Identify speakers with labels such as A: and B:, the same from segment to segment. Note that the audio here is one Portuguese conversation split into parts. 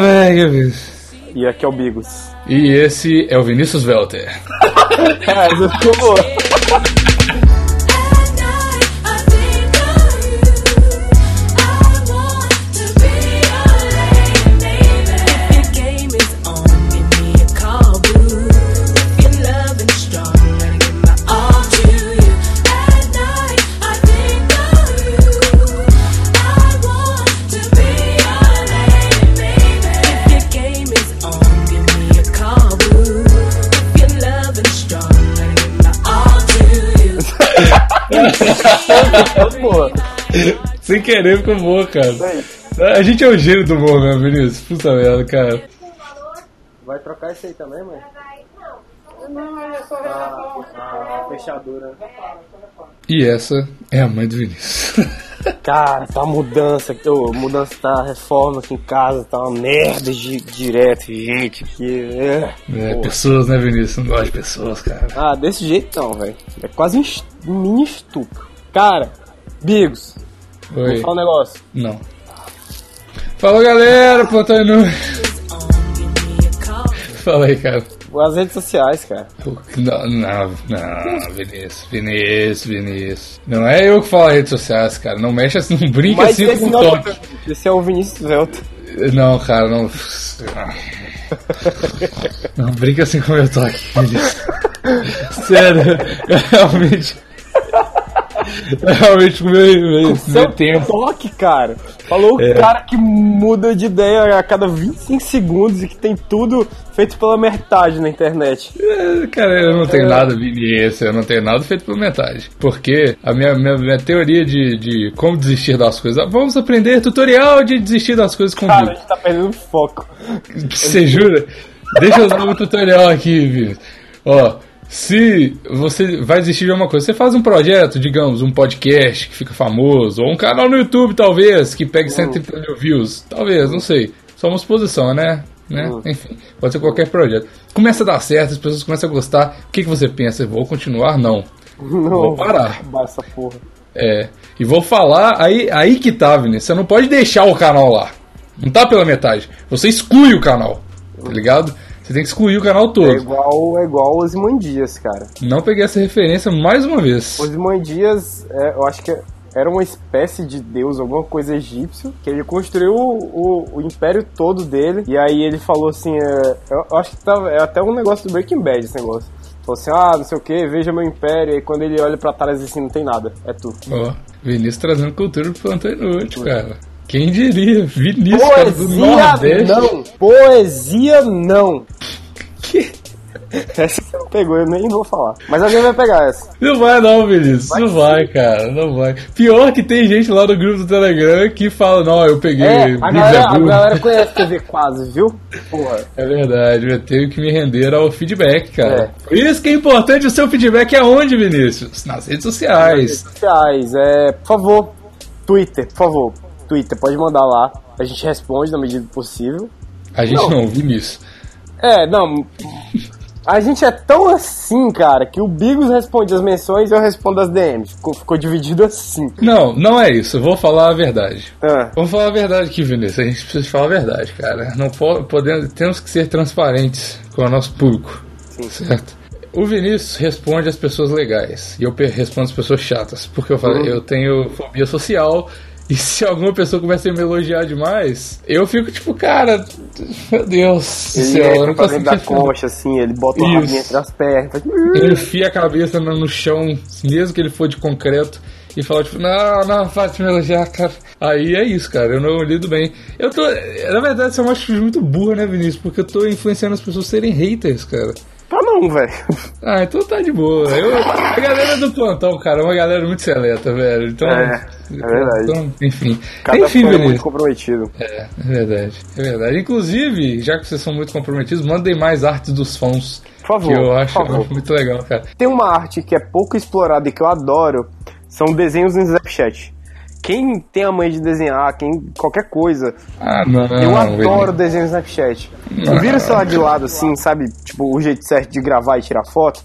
A: Reeves.
B: E aqui é o Bigos.
C: E esse é o Vinícius Velter.
B: Ah, mas eu tô boa.
D: At night, I think of you. I want to be your lady, If your game is on, give me a call, boo. If you're loving strong, I give my all to you. At night, I think of you. I want to be your lady, If your game is on, give me a call, boo. If you're loving strong, I give my all to you.
B: Boa.
C: Sem querer ficou boa, cara.
B: Aí,
C: A gente é o gênio do bom, né, Vinícius? Puta merda, cara.
E: Vai trocar isso aí também, mãe?
C: Ah,
E: A fechadura.
C: E essa é a mãe do Vinícius.
B: Cara,
E: Tá mudança, que- ô, mudança tá reforma aqui em casa, tá uma merda de, direto, gente, que é.
C: É, pessoas, né, Vinícius? Não gosto de pessoas, cara.
E: Ah, desse jeito não, velho. É quase um est- um mini estupro. Cara, Bigos, vou
C: Oi.
E: falar um negócio.
C: Não. Falou, galera, plantão inútil. Fala aí, cara.
E: As redes sociais, cara.
C: Pô, Não, não, não, Vinícius, Vinícius, Vinícius. Não é eu que falo redes sociais, cara. Não mexe assim, não brinca
E: Mas
C: assim
E: esse
C: com o
E: não é o
C: toque.
E: Fernando, Esse é o Vinícius Velto.
C: Não, cara, não. Não brinca assim com o meu toque, Vinícius. Sério, eu realmente. eu Realmente com o meu, meu, meu
E: Seu
C: tempo.
E: toque, cara. Falou
C: É.
E: o cara que muda de ideia a cada 25 segundos e que tem tudo feito pela metade na internet.
C: É, Cara, eu não tenho nada Vinícius, eu não tenho nada feito por metade. Porque a minha, minha, minha teoria de, de como desistir das coisas. ah, Vamos aprender tutorial de desistir das coisas com
E: Cara, a gente tá perdendo foco.
C: Você jura? Deixa eu dar um tutorial aqui, Vinícius. Ó, se você vai desistir de alguma coisa, você faz um projeto, digamos, um podcast que fica famoso, ou um canal no YouTube, talvez, que pegue 130 mil views. Talvez, não sei. Só uma suposição, né? né? Enfim, pode ser qualquer projeto. Começa a dar certo, as pessoas começam a gostar. O que, que você pensa? Vou continuar? Não.
E: Não,
C: Vou parar.
E: acabar essa porra.
C: É. E vou falar, aí, aí que tá, Vinícius. Você não pode deixar o canal lá. Não tá pela metade. Você exclui o canal. Tá ligado? Você tem que excluir o canal
E: É
C: todo.
E: igual, é igual os Imandias, cara.
C: Não peguei essa referência mais uma vez.
E: Os Imandias, é, eu acho que era uma espécie de deus, alguma coisa egípcio, que ele construiu o, o- o império todo dele. E aí ele falou assim: é, eu, eu acho que tava, é até um negócio do Breaking Bad esse negócio. Falou assim: ah, não sei o que, veja meu império. E aí quando ele olha pra trás assim, não tem nada, é tu.
C: Ó, Vinícius trazendo cultura pro plantão inútil, cara. Quem diria? Vinícius, cara, do
E: Poesia
C: Nordeste.
E: é, não! Poesia não!
C: Que?
E: Essa você não pegou, eu nem vou falar. Mas alguém vai pegar essa.
C: Não vai não, Vinícius. não vai, cara. Não vai. Pior que tem gente lá no grupo do Telegram que fala, não, eu peguei.
E: É, a
C: Brisa
E: galera, a
C: Blue."
E: galera conhece TV quase, viu? Porra.
C: É verdade, eu tenho que me render ao feedback, cara.
E: É.
C: Por isso que é importante o seu feedback é onde, Vinícius? Nas redes sociais.
E: sociais. É, por favor, Twitter, por favor. Twitter, pode mandar lá. A gente responde na medida do possível.
C: A gente não, Vinícius.
E: É, não. A gente é tão assim, cara, que o Bigos responde as menções e eu respondo as DMs. Ficou, ficou dividido assim.
C: Não, não é isso. Eu vou falar a verdade.
E: Ah,
C: Vamos falar a verdade aqui, Vinícius. A gente precisa falar a verdade, cara. Não po- podemos, temos que ser transparentes com o nosso público. Certo? O Vinícius responde às pessoas legais e eu pe- respondo às pessoas chatas, porque eu
E: Uhum.
C: falei, eu tenho fobia social e se alguma pessoa começa a me elogiar demais, eu fico tipo, cara, meu Deus do
E: ele
C: céu, eu
E: entra
C: não
E: pra dentro
C: consigo
E: da
C: responder.
E: concha, assim, ele bota o
C: Isso.
E: rabinho entre as pernas. faz-
C: Ele enfia a cabeça no, no chão, mesmo que ele for de concreto, e fala, tipo, não, não, para de me elogiar, cara. Aí é isso, cara, eu não lido bem. Eu tô. Na verdade, isso é uma atitude muito burra, né, Vinícius? Porque eu tô influenciando as pessoas a serem haters, cara.
E: Tá não, velho.
C: Ah, então tá de boa. Eu- a galera do plantão, cara, é uma galera muito seleta, velho. Então.
E: É, verdade.
C: então, enfim.
E: Cada
C: enfim,
E: fã é
C: Vinícius.
E: muito comprometido.
C: É, é verdade. É verdade. Inclusive, já que vocês são muito comprometidos, mandem mais artes dos fãs.
E: Por favor,
C: que eu acho,
E: por favor.
C: eu acho muito legal, cara.
E: Tem uma arte que é pouco explorada e que eu adoro, são desenhos no Snapchat. Quem tem a mãe de desenhar, quem qualquer coisa,
C: Ah, não.
E: eu adoro desenho no Snapchat. Tu vira o celular de lado assim, sabe? Tipo, o jeito certo de gravar e tirar foto.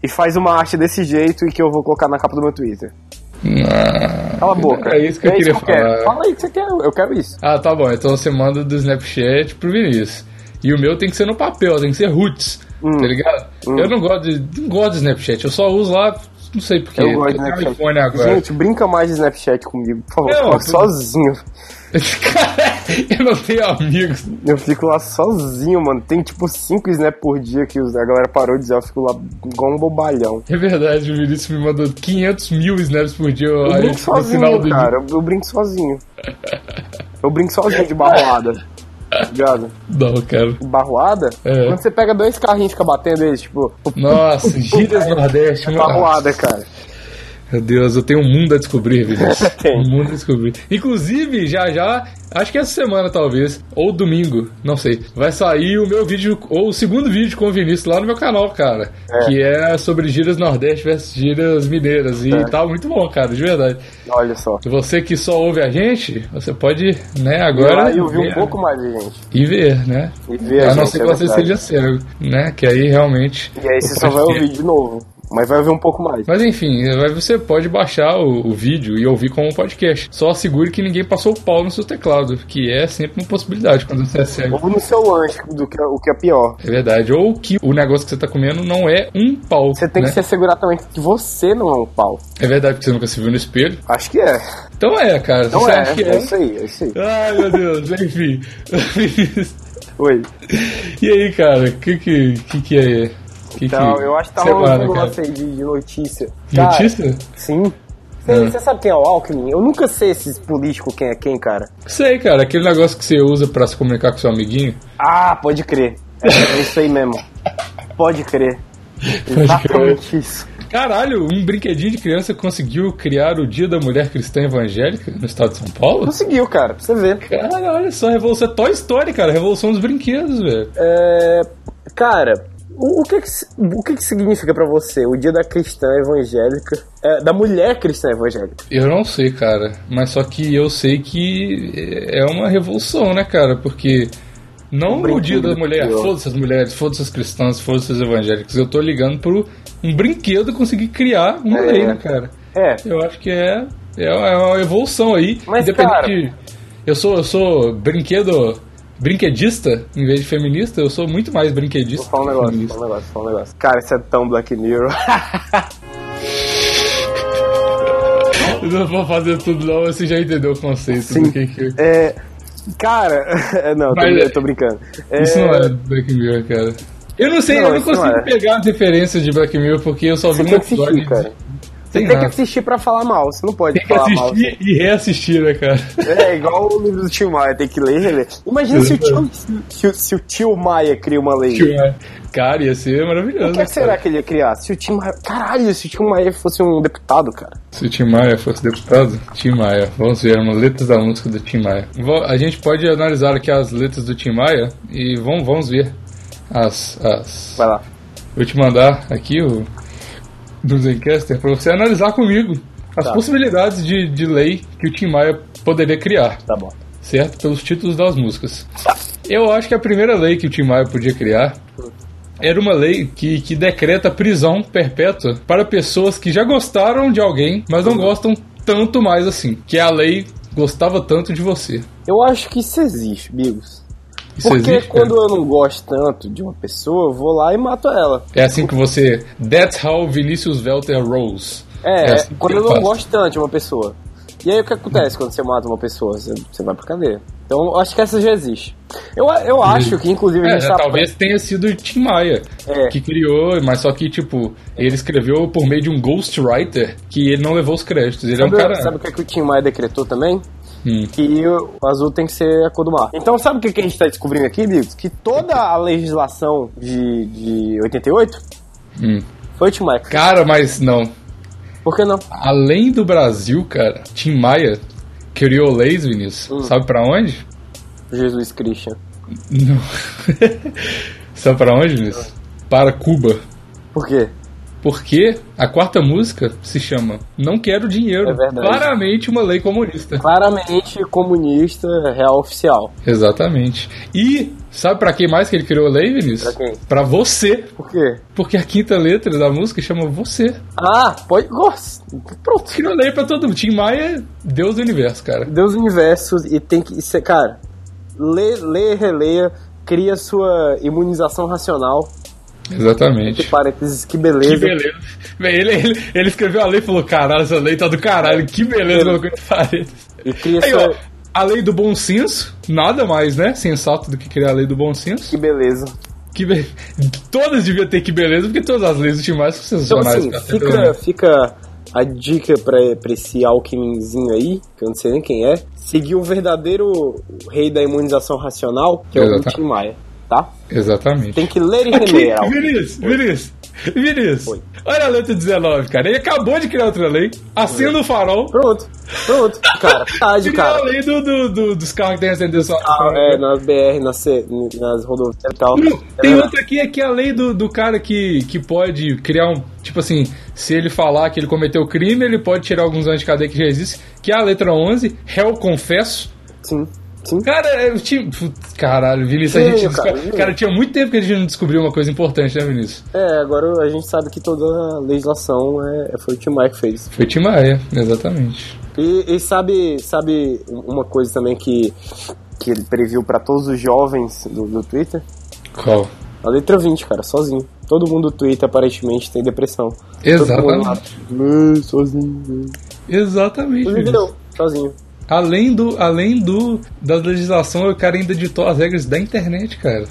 E: E faz uma arte desse jeito e que eu vou colocar na capa do meu Twitter.
C: Não,
E: Cala a boca.
C: É isso que eu queria falar.
E: Quero. Fala aí o que você quer, eu quero isso.
C: Ah, tá bom. Então você manda do Snapchat pro Vinícius. E o meu tem que ser no papel, tem que ser roots,
E: Hum.
C: tá ligado? Eu não gosto, de, não gosto de Snapchat, eu só uso lá, não sei porquê.
E: Eu gosto de
C: tenho
E: Snapchat.
C: iPhone agora.
E: Gente, brinca mais de Snapchat comigo, por favor.
C: Não,
E: Eu fico lá
C: tu-
E: sozinho.
C: Cara, eu não tenho amigos.
E: Eu fico lá sozinho, mano. Tem tipo 5 snaps por dia que os- a galera parou de usar. Eu fico lá igual um bobalhão.
C: É verdade, o Vinícius me mandou 500 mil snaps por dia.
E: Eu
C: aí,
E: brinco sozinho, cara. Eu, eu brinco sozinho. Eu brinco sozinho de barroada. Obrigado.
C: Não, cara.
E: Barroada?
C: É.
E: Quando você pega dois carrinhos e fica batendo eles, tipo,
C: Nossa, gírias
E: Tá
C: Nordeste, mano.
E: barroada, cara.
C: Meu Deus, eu tenho um mundo a descobrir, Vinícius.
E: Tem.
C: Um mundo a descobrir. Inclusive, já já, acho que essa semana talvez, ou domingo, não sei, vai sair o meu vídeo, ou o segundo vídeo com o Vinícius lá no meu canal, cara. Que é sobre gírias Nordeste versus gírias mineiras. E
E: É.
C: tá muito bom, cara, de verdade.
E: Olha só.
C: E Você que só ouve a gente, você pode, né, agora.
E: Agora eu vi um
C: ver-
E: pouco mais de gente.
C: E ver, né?
E: E ver
C: a não
E: gente,
C: ser
E: é
C: que você
E: verdade.
C: seja cego, né? Que aí realmente.
E: E aí você só vai ouvir de novo. Mas vai ouvir um pouco mais.
C: Mas enfim, vai- você pode baixar o, o vídeo e ouvir como um podcast. Só segure que ninguém passou o pau no seu teclado, que é sempre uma possibilidade quando você é cego.
E: Ou no seu lanche, do que, o que é pior.
C: É verdade. Ou que o negócio que você tá comendo não é um pau.
E: Você tem
C: né?
E: que se assegurar também que você não é um pau.
C: É verdade, porque você nunca se viu no espelho.
E: Acho que é.
C: Então é, cara.
E: Então
C: você
E: é,
C: acha que
E: é
C: é?
E: isso aí, é isso aí.
C: Ai, meu Deus, enfim.
E: Oi.
C: e aí, cara, o que, que, que, que é? Que
E: Então,
C: que
E: eu acho que tá
C: separa,
E: rolando um
C: né, cara?
E: lance aí de, de notícia. Cara,
C: Notícia?
E: Sim.
C: Ah.
E: Você você sabe quem é o Alckmin? Eu nunca sei esses políticos quem é quem, cara.
C: Sei, cara, aquele negócio que você usa pra se comunicar com seu amiguinho.
E: Ah, pode crer. É isso aí mesmo. Pode crer. Exatamente isso.
C: Caralho, um brinquedinho de criança conseguiu criar o Dia da Mulher Cristã Evangélica no estado de São Paulo?
E: Conseguiu, cara, pra você ver.
C: Caralho, olha só, a revolução é Toy Story, cara, a revolução dos brinquedos, velho.
E: É, cara, o, o que que, se- o que que significa pra você o dia da cristã evangélica? é, da mulher cristã evangélica?
C: Eu não sei, cara, mas só que eu sei que é uma revolução, né, cara, porque não o Dia da
E: Um brinquedo
C: Mulher,
E: criou.
C: foda-se as mulheres, foda-se as cristãs, foda-se os evangélicos, eu tô ligando pro um brinquedo conseguir criar uma
E: É.
C: lei, né, cara?
E: É,
C: Eu acho que é, é, uma- é uma evolução aí.
E: Mas,
C: independente
E: cara-
C: de- eu sou eu sou brinquedo brinquedista em vez de feminista, eu sou muito mais brinquedista.
E: vou falar um
C: que
E: negócio,
C: feminista.
E: fala um negócio, fala um negócio. Cara, isso é tão Black Mirror. um
C: Eu não vou fazer tudo não, você já entendeu o conceito do que que
E: É, cara, é, não, eu tô,
C: Mas,
E: eu tô brincando. É,
C: Isso não é Black Mirror, cara. Eu não sei,
E: Não,
C: eu não
E: isso não
C: consigo
E: é.
C: pegar as referências de Black Mirror porque eu só vi
E: Você
C: um
E: tem que
C: episódio.
E: assistir, cara.
C: Tem,
E: Tem que assistir pra falar mal, você não pode
C: Tem que
E: falar mal. assim.
C: assistir e reassistir, né, cara?
E: É igual o livro do Tio Maia, tem que ler e reler. Imagina se o, tio, se, o- se o Tio Maia cria uma lei.
C: Cara, ia ser maravilhoso.
E: O que, é
C: né,
E: que será que ele ia criar? Se o Tim Maia. Caralho, se o Tim Maia fosse um deputado, cara.
C: Se o Tim Maia fosse deputado, Tim Maia. Vamos ver, as letras da música do Tim Maia. Vo- A gente pode analisar aqui as letras do Tim Maia e vamos, vamos ver as, as...
E: Vai lá.
C: Vou te mandar aqui o do Zencaster pra você analisar comigo as
E: Tá.
C: possibilidades de, de lei que o Tim Maia poderia criar,
E: Tá bom.
C: certo? Pelos títulos das músicas. Eu acho que a primeira lei que o Tim Maia podia criar era uma lei que, que decreta prisão perpétua para pessoas que já gostaram de alguém, mas
E: Uhum.
C: não gostam tanto mais assim. Que é a lei gostava tanto de você.
E: Eu acho que isso existe, Bigos.
C: Isso
E: Porque
C: existe, cara?
E: quando eu não gosto tanto de uma pessoa, eu vou lá e mato ela.
C: É assim que você. That's how Vinicius Velter rolls.
E: É,
C: assim que
E: quando
C: eu
E: eu não
C: faço.
E: gosto tanto de uma pessoa. E aí o que acontece quando você mata uma pessoa? Você, você vai pra cadeia. Então eu acho que essa já existe. Eu, eu acho que, inclusive, a
C: É,
E: gente tá.
C: talvez tenha sido o Tim Maia
E: É.
C: que criou, mas só que, tipo, ele escreveu por meio de um ghostwriter que ele não levou os créditos. Ele
E: Sabe,
C: é um cara.
E: sabe o que, que o Tim Maia decretou também?
C: Hum.
E: Que o azul tem que ser a cor do mar. Então, sabe o que, que a gente tá descobrindo aqui, Bigos? Que toda a legislação de, de 88
C: Hum.
E: foi o Tim Maia. que fez.
C: Cara, mas não.
E: Por que não?
C: Além do Brasil, cara, Tim Maia criou leis, Vinícius.
E: Hum.
C: Sabe pra onde?
E: Jesus Christian.
C: Não. sabe pra onde, Vinícius? Para Cuba.
E: Por quê?
C: Porque a quarta música se chama Não Quero Dinheiro.
E: É verdade.
C: Claramente uma lei comunista.
E: Claramente comunista, real oficial.
C: Exatamente. E sabe pra quem mais que ele criou a lei, Vinícius?
E: Pra quem?
C: Pra você.
E: Por quê?
C: Porque a quinta letra da música chama Você.
E: Ah, pode. Nossa, pronto.
C: Criou a lei pra todo mundo. Tim Maia é Deus do Universo, cara.
E: Deus do universo e tem que ser, cara, lê, lê, releia, cria sua imunização racional. Entre
C: Exatamente.
E: parênteses, que
C: Que
E: beleza.
C: beleza. Bem, Ele, ele, ele escreveu a lei e falou: caralho, essa lei tá do caralho, que beleza, colocou entre parênteses.
E: E cria
C: Aí,
E: sua.
C: ó, a lei do bom senso, nada mais, né? Sensato do que criar a lei do bom senso.
E: Que beleza.
C: Que be... Todas deviam ter que beleza, porque todas as leis do Tim Maia são
E: Então,
C: sensacionais.
E: assim,
C: cara.
E: fica, fica a dica pra, pra esse alquiminzinho aí, que eu não sei nem quem é, seguir o verdadeiro rei da imunização racional, que é o
C: Exatamente.
E: Tim Maia, tá?
C: Então, Exatamente.
E: Tem que ler e
C: Aqui,
E: reler. algo.
C: Vinícius, Vinícius, Vinícius.
E: Oi.
C: Olha a letra 19, cara. Ele acabou de criar outra lei. Acenda o farol.
E: Pronto, pronto, cara, tarde,
C: Criou a
E: cara.
C: lei do, do- do- dos carros que tem acendeção.
E: Ah, é, nas BR, nas, C- nas rodovias e tal.
C: Não,
E: É
C: tem
E: verdade.
C: outra aqui, aqui é a lei do, do cara que, que pode criar um. Tipo assim, se ele falar que ele cometeu crime, ele pode tirar alguns anos de cadeia que já existe, que é a letra 11, réu confesso.
E: Sim, sim.
C: Cara, eu tinha. putz, Caralho, Vinícius, a
E: Gênio,
C: gente. desco-
E: cara,
C: Cara,
E: gênio.
C: tinha muito tempo que a gente não descobriu uma coisa importante, né, Vinícius?
E: É, agora a gente sabe que toda a legislação é, foi o Tim Maia que fez.
C: Foi Tim Maia, exatamente.
E: E, e sabe, sabe uma coisa também que, que ele previu pra todos os jovens do, do Twitter?
C: Qual?
E: A letra 20, cara, sozinho. Todo mundo do Twitter aparentemente tem depressão.
C: Exatamente.
E: Todo mundo lá, "Ai, sozinho.
C: Exatamente.
E: Ele
C: Vinícius.
E: deu, sozinho.
C: Além do, além do da legislação, o cara ainda ditou as regras da internet, cara.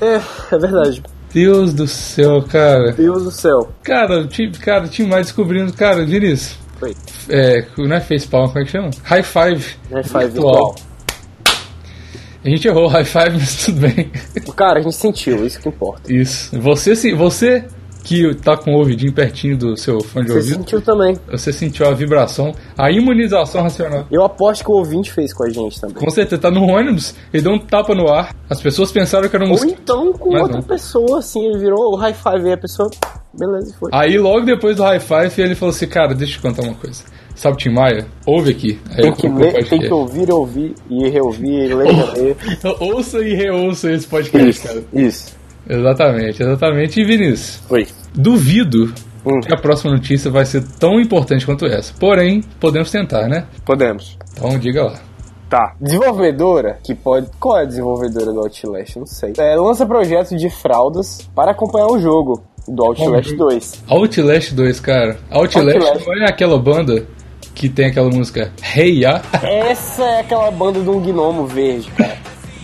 E: É, é verdade.
C: Deus do céu, cara.
E: Deus do céu.
C: Cara, Tim, cara, Tim Maia descobrindo, cara, Vinícius,
E: Foi.
C: é, não é face palm, como é que chama? High five.
E: High five virtual.
C: A gente errou o high five, mas tudo bem.
E: Cara, a gente sentiu, isso que importa.
C: Isso. Você se, você que tá com o ouvidinho pertinho do seu fone de
E: Você
C: ouvido,
E: sentiu também.
C: você sentiu a vibração, a imunização racional.
E: Eu aposto que o ouvinte fez com a gente também.
C: Com certeza, tá no ônibus, ele deu um tapa no ar. As pessoas pensaram que era um
E: Ou
C: mosquito.
E: então com
C: Mas
E: outra
C: não.
E: pessoa, assim, ele virou o high five e a pessoa. Beleza, foi.
C: Aí logo depois do high five, ele falou assim, cara, deixa eu te contar uma coisa. Sabe o Tim Maia? Ouve aqui. Aí
E: Tem
C: é, eu
E: que,
C: comprei o
E: ler, tem
C: podcast.
E: que ouvir, ouvir e reouvir, e ler, e ler.
C: Então, Ouça e reouça esse podcast, cara.
E: Isso.
C: Exatamente, exatamente. E Vinícius,
E: Foi.
C: duvido
E: Hum.
C: que a próxima notícia vai ser tão importante quanto essa. Porém, podemos tentar, né?
E: Podemos.
C: Então diga lá.
E: Tá. Desenvolvedora, que pode. Qual é a desenvolvedora do Outlast? Não sei. É, lança projeto de fraldas para acompanhar o jogo do Outlast
C: Uhum.
E: 2.
C: Outlast 2, cara. Outlast,
E: Outlast.
C: não é aquela banda que tem aquela música Hey Ya?
E: Essa é aquela banda de um gnomo verde, cara.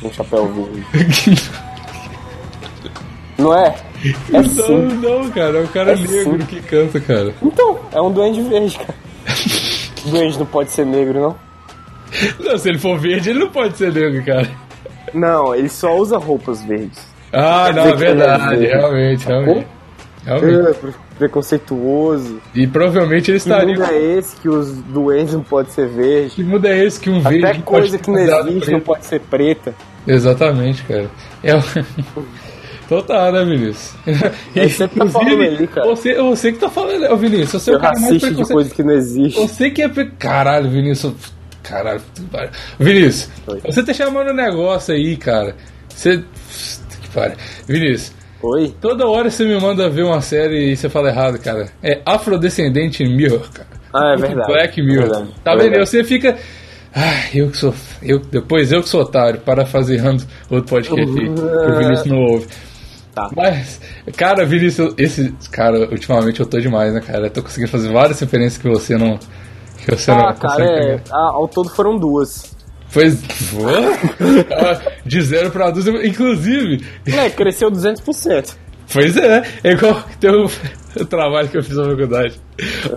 E: Um chapéu verde. É Não é? É
C: não,
E: sim.
C: não, cara. É o cara
E: É
C: negro
E: sim.
C: que canta, cara.
E: Então, é um duende verde, cara. Duende não pode ser negro, não?
C: Não, se ele for verde, ele não pode ser negro, cara.
E: Não, ele só usa roupas verdes.
C: Ah,
E: Quer
C: não,
E: dizer
C: é
E: que ele é
C: verdade.
E: verde.
C: Realmente, realmente. Realmente.
E: É, pre- preconceituoso.
C: E provavelmente ele
E: Que mundo
C: estaria
E: é esse que os duendes não podem ser verdes?
C: Que mundo é esse que um verde
E: Até
C: não pode
E: coisa
C: ser
E: que não
C: considerado
E: existe não
C: preto?
E: pode ser preta.
C: Exatamente, cara. É... o- Então tá, né, Vinícius?
E: É isso que tá falando aí, cara.
C: Você, você que tá falando, é, ô, Vinícius. Você é
E: Seu
C: o cara mais
E: racista de
C: preconce-
E: coisa que não existe.
C: Você que é. pre- Caralho, Vinícius. Caralho. tu- Vinícius,
E: Oi.
C: você tá chamando um negócio aí, cara. Você. Que pariu. Vinícius,
E: Oi?
C: toda hora você me manda ver uma série e você fala errado, cara. É Afrodescendente Mirror, cara.
E: Ah, é verdade.
C: Black Mirror.
E: É verdade.
C: Tá
E: É
C: vendo?
E: verdade.
C: Você fica. Ah, eu que sou. Eu, depois eu que sou otário, parafraseando outro podcast que o Vinícius não ouve.
E: Tá.
C: Mas, cara, Vinícius, esse. Cara, ultimamente eu tô demais, né, cara? Eu tô conseguindo fazer várias referências que você não. Que você
E: Ah,
C: não
E: cara, é,
C: pegar.
E: ah, ao todo foram duas.
C: Pois. Ah, De zero pra duas. Inclusive,
E: É, cresceu 200%.
C: Pois é, é igual que tem o, o trabalho que eu fiz na faculdade.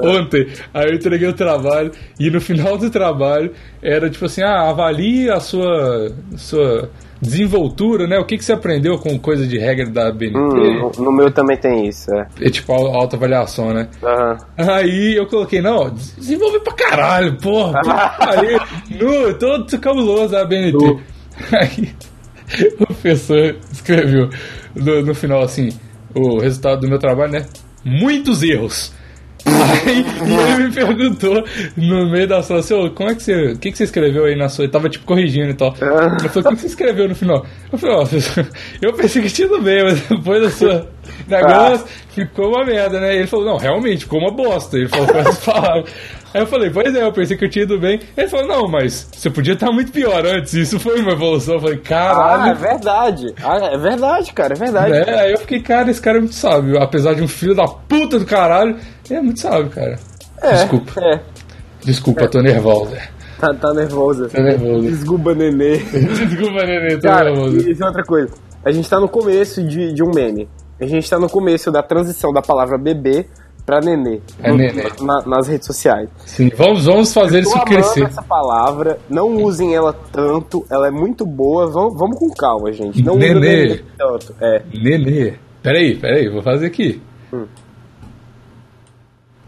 C: Ontem, aí eu entreguei o trabalho e no final do trabalho era tipo assim, ah, avalie a sua, sua desenvoltura, né? O que, que você aprendeu com coisa de regra da BNT?
E: Hum, no, no meu também tem isso, é.
C: É tipo a autoavaliação, né?
E: Aham.
C: Aí eu coloquei, não, desenvolve pra caralho, porra. puta que pariu. Nu, todo cabuloso a BNT.
E: Nu.
C: Aí o professor escreveu no, no final assim, o resultado do meu trabalho, né? muitos erros. Aí, e ele me perguntou no meio da sala, seu, como é que você. O que, que você escreveu aí na sua? Ele tava tipo corrigindo e tal. Eu falei, o que que você escreveu no final? Eu falei, ó, professor, eu pensei que tinha ido bem, mas depois da sua
E: Ah.
C: negócio ficou uma merda, né? Ele falou, não, realmente, ficou uma bosta. Ele falou com essas palavras. Aí eu falei, pois é, eu pensei que eu tinha ido bem. Ele falou, não, mas você podia estar muito pior antes, isso foi uma evolução. Eu falei,
E: Ah, é
C: caralho.
E: verdade. Ah, é verdade, cara, é verdade.
C: né? Aí eu fiquei, cara, esse cara é muito sábio. Apesar de um filho da puta do caralho, ele é muito sábio, cara.
E: É,
C: Desculpa.
E: É,
C: Desculpa, tô nervosa.
E: tá, tá nervosa.
C: Tô nervosa.
E: Desguba nenê.
C: Desculpa, neném, tô
E: Cara,
C: nervosa.
E: isso é outra coisa. A gente tá no começo de, de um meme. A gente tá no começo da transição da palavra bebê pra nenê.
C: É
E: No-
C: nenê.
E: na- nas redes sociais.
C: Sim, vamos, vamos fazer
E: Tô
C: isso
E: amando
C: crescer.
E: essa palavra, não usem ela tanto, ela é muito boa, vamos, vamos com calma, gente. Não usem
C: Nenê.
E: nenê tanto. É.
C: Nenê. Peraí, peraí, vou fazer aqui.
E: Hum.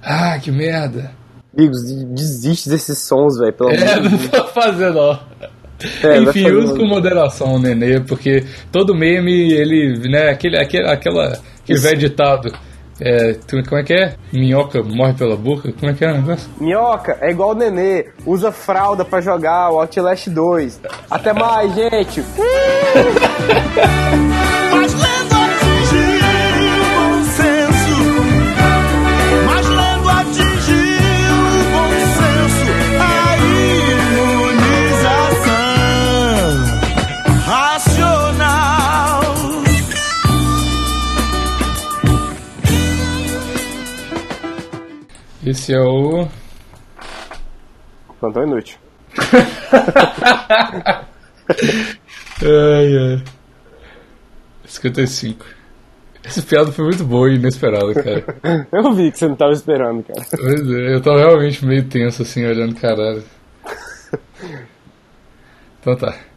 C: Ah, que merda.
E: Amigos, de- desiste desses sons, velho, pelo amor
C: É,
E: de Deus.
C: não tô fazendo, ó.
E: É, vai
C: Enfim,
E: fazer
C: use
E: um-
C: com moderação o nenê, porque todo meme, ele, né, aquele, aquele, aquela, aquele
E: Isso.
C: velho ditado. É, tu- como é que é? Minhoca morre pela boca? Como é que é o negócio?
E: Minhoca, é igual o nenê, usa fralda pra jogar o Outlast 2. Até mais, gente!
A: Mas lendo atingir o bom senso. Mas lendo atingir o bom senso. A imunização racional.
C: Esse é o.
E: Plantão é inútil.
C: Ai, ai. 55. Essa piada foi muito boa e inesperada, cara.
E: Eu vi que você não tava esperando, cara.
C: Pois é, eu tava realmente meio tenso assim, olhando caralho. Então tá.